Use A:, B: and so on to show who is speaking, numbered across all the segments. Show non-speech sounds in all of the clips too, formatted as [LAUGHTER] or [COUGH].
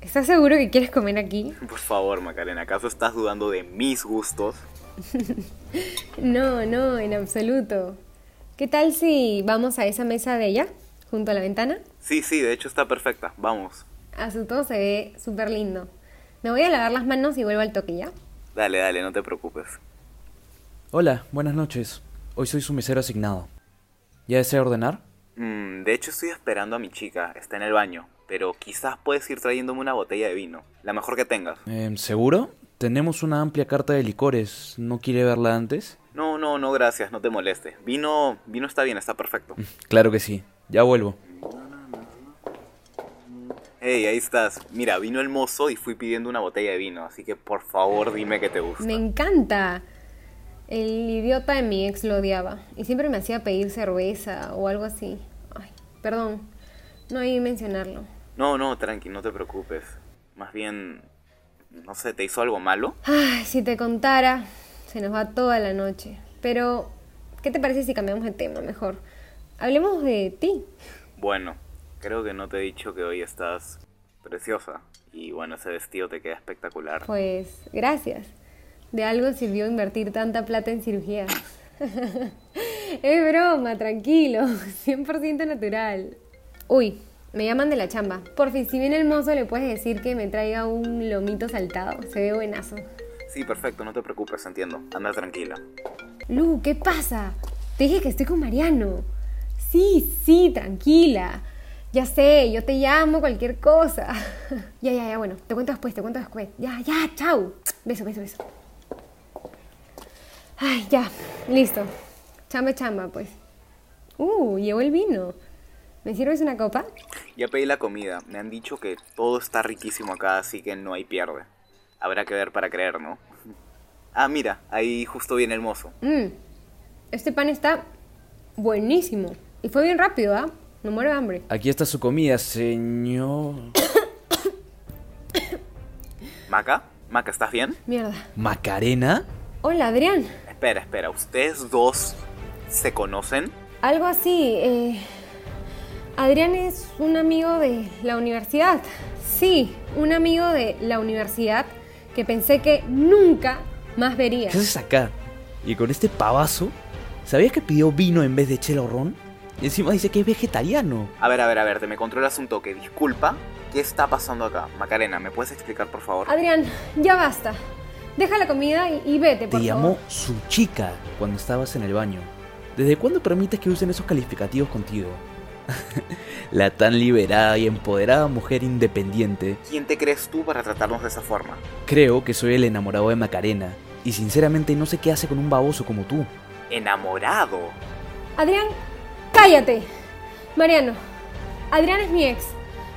A: ¿Estás seguro que quieres comer aquí?
B: Por favor, Macarena, ¿acaso estás dudando de mis gustos?
A: No, no, en absoluto. ¿Qué tal si vamos a esa mesa de ella, junto a la ventana?
B: Sí, sí, de hecho está perfecta. Vamos.
A: A su todo se ve súper lindo. Me voy a lavar las manos y vuelvo al toque, ¿ya?
B: Dale, dale, no te preocupes.
C: Hola, buenas noches. Hoy soy su mesero asignado. ¿Ya desea ordenar?
B: Mm, de hecho, estoy esperando a mi chica. Está en el baño. Pero quizás puedes ir trayéndome una botella de vino. La mejor que tengas.
C: Em, ¿Seguro? Tenemos una amplia carta de licores. ¿No quiere verla antes?
B: No, no, no, gracias, no te moleste. Vino, vino está bien, está perfecto.
C: Claro que sí. Ya vuelvo.
B: Hey, ahí estás. Mira, vino el mozo y fui pidiendo una botella de vino, así que por favor dime que te gusta.
A: Me encanta. El idiota de mi ex lo odiaba y siempre me hacía pedir cerveza o algo así. Ay, perdón, no oí mencionarlo.
B: No, no, tranqui, no te preocupes. Más bien, no sé, ¿te hizo algo malo?
A: Ay, si te contara, se nos va toda la noche. Pero, ¿qué te parece si cambiamos de tema mejor? Hablemos de ti.
B: Bueno, creo que no te he dicho que hoy estás preciosa. Y bueno, ese vestido te queda espectacular.
A: Pues, gracias. De algo sirvió invertir tanta plata en cirugía. [LAUGHS] es broma, tranquilo. [LAUGHS] 100% natural. Uy, me llaman de la chamba. Por fin, si viene el mozo, le puedes decir que me traiga un lomito saltado. Se ve buenazo.
B: Sí, perfecto, no te preocupes, entiendo. Anda tranquila.
A: Lu, ¿qué pasa? Te dije que estoy con Mariano. Sí, sí, tranquila. Ya sé, yo te llamo, cualquier cosa. [LAUGHS] ya, ya, ya, bueno, te cuento después, te cuento después. Ya, ya, chao. Beso, beso, beso. Ay, ya, listo. Chamba, chamba, pues. Uh, llegó el vino. ¿Me sirves una copa?
B: Ya pedí la comida. Me han dicho que todo está riquísimo acá, así que no hay pierde. Habrá que ver para creer, ¿no? [LAUGHS] Ah, mira, ahí justo viene el mozo.
A: Mmm, este pan está buenísimo. Y fue bien rápido, ¿ah? No muero de hambre.
C: Aquí está su comida, señor.
B: Maca, Maca, ¿estás bien?
A: Mierda.
C: ¿Macarena?
A: Hola, Adrián.
B: Espera, espera, ¿ustedes dos se conocen?
A: Algo así. eh, Adrián es un amigo de la universidad. Sí, un amigo de la universidad que pensé que nunca más vería.
C: ¿Qué haces acá? ¿Y con este pavazo? ¿Sabías que pidió vino en vez de chelo ron? Y encima dice que es vegetariano.
B: A ver, a ver, a ver, te me controlas un toque. Disculpa, ¿qué está pasando acá? Macarena, ¿me puedes explicar, por favor?
A: Adrián, ya basta. Deja la comida y, y vete, por favor.
C: Te llamó su chica cuando estabas en el baño. ¿Desde cuándo permites que usen esos calificativos contigo? [LAUGHS] La tan liberada y empoderada mujer independiente.
B: ¿Quién te crees tú para tratarnos de esa forma?
C: Creo que soy el enamorado de Macarena. Y sinceramente no sé qué hace con un baboso como tú.
B: Enamorado.
A: Adrián, cállate. Mariano, Adrián es mi ex.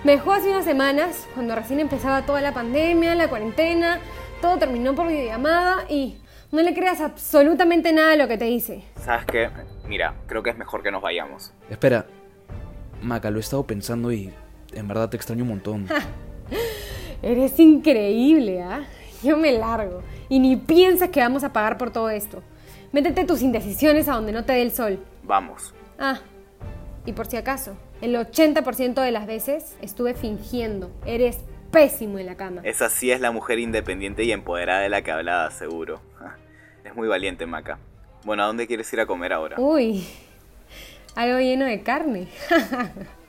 A: Me dejó hace unas semanas, cuando recién empezaba toda la pandemia, la cuarentena, todo terminó por videollamada y no le creas absolutamente nada de lo que te dice.
B: ¿Sabes qué? Mira, creo que es mejor que nos vayamos.
C: Espera. Maca, lo he estado pensando y en verdad te extraño un montón.
A: Eres increíble, ¿ah? Yo me largo y ni piensas que vamos a pagar por todo esto. Métete tus indecisiones a donde no te dé el sol.
B: Vamos.
A: Ah, y por si acaso, el 80% de las veces estuve fingiendo. Eres pésimo en la cama.
B: Esa sí es la mujer independiente y empoderada de la que hablaba, seguro. [LAUGHS] Es muy valiente, Maca. Bueno, ¿a dónde quieres ir a comer ahora?
A: Uy, algo lleno de carne. [LAUGHS]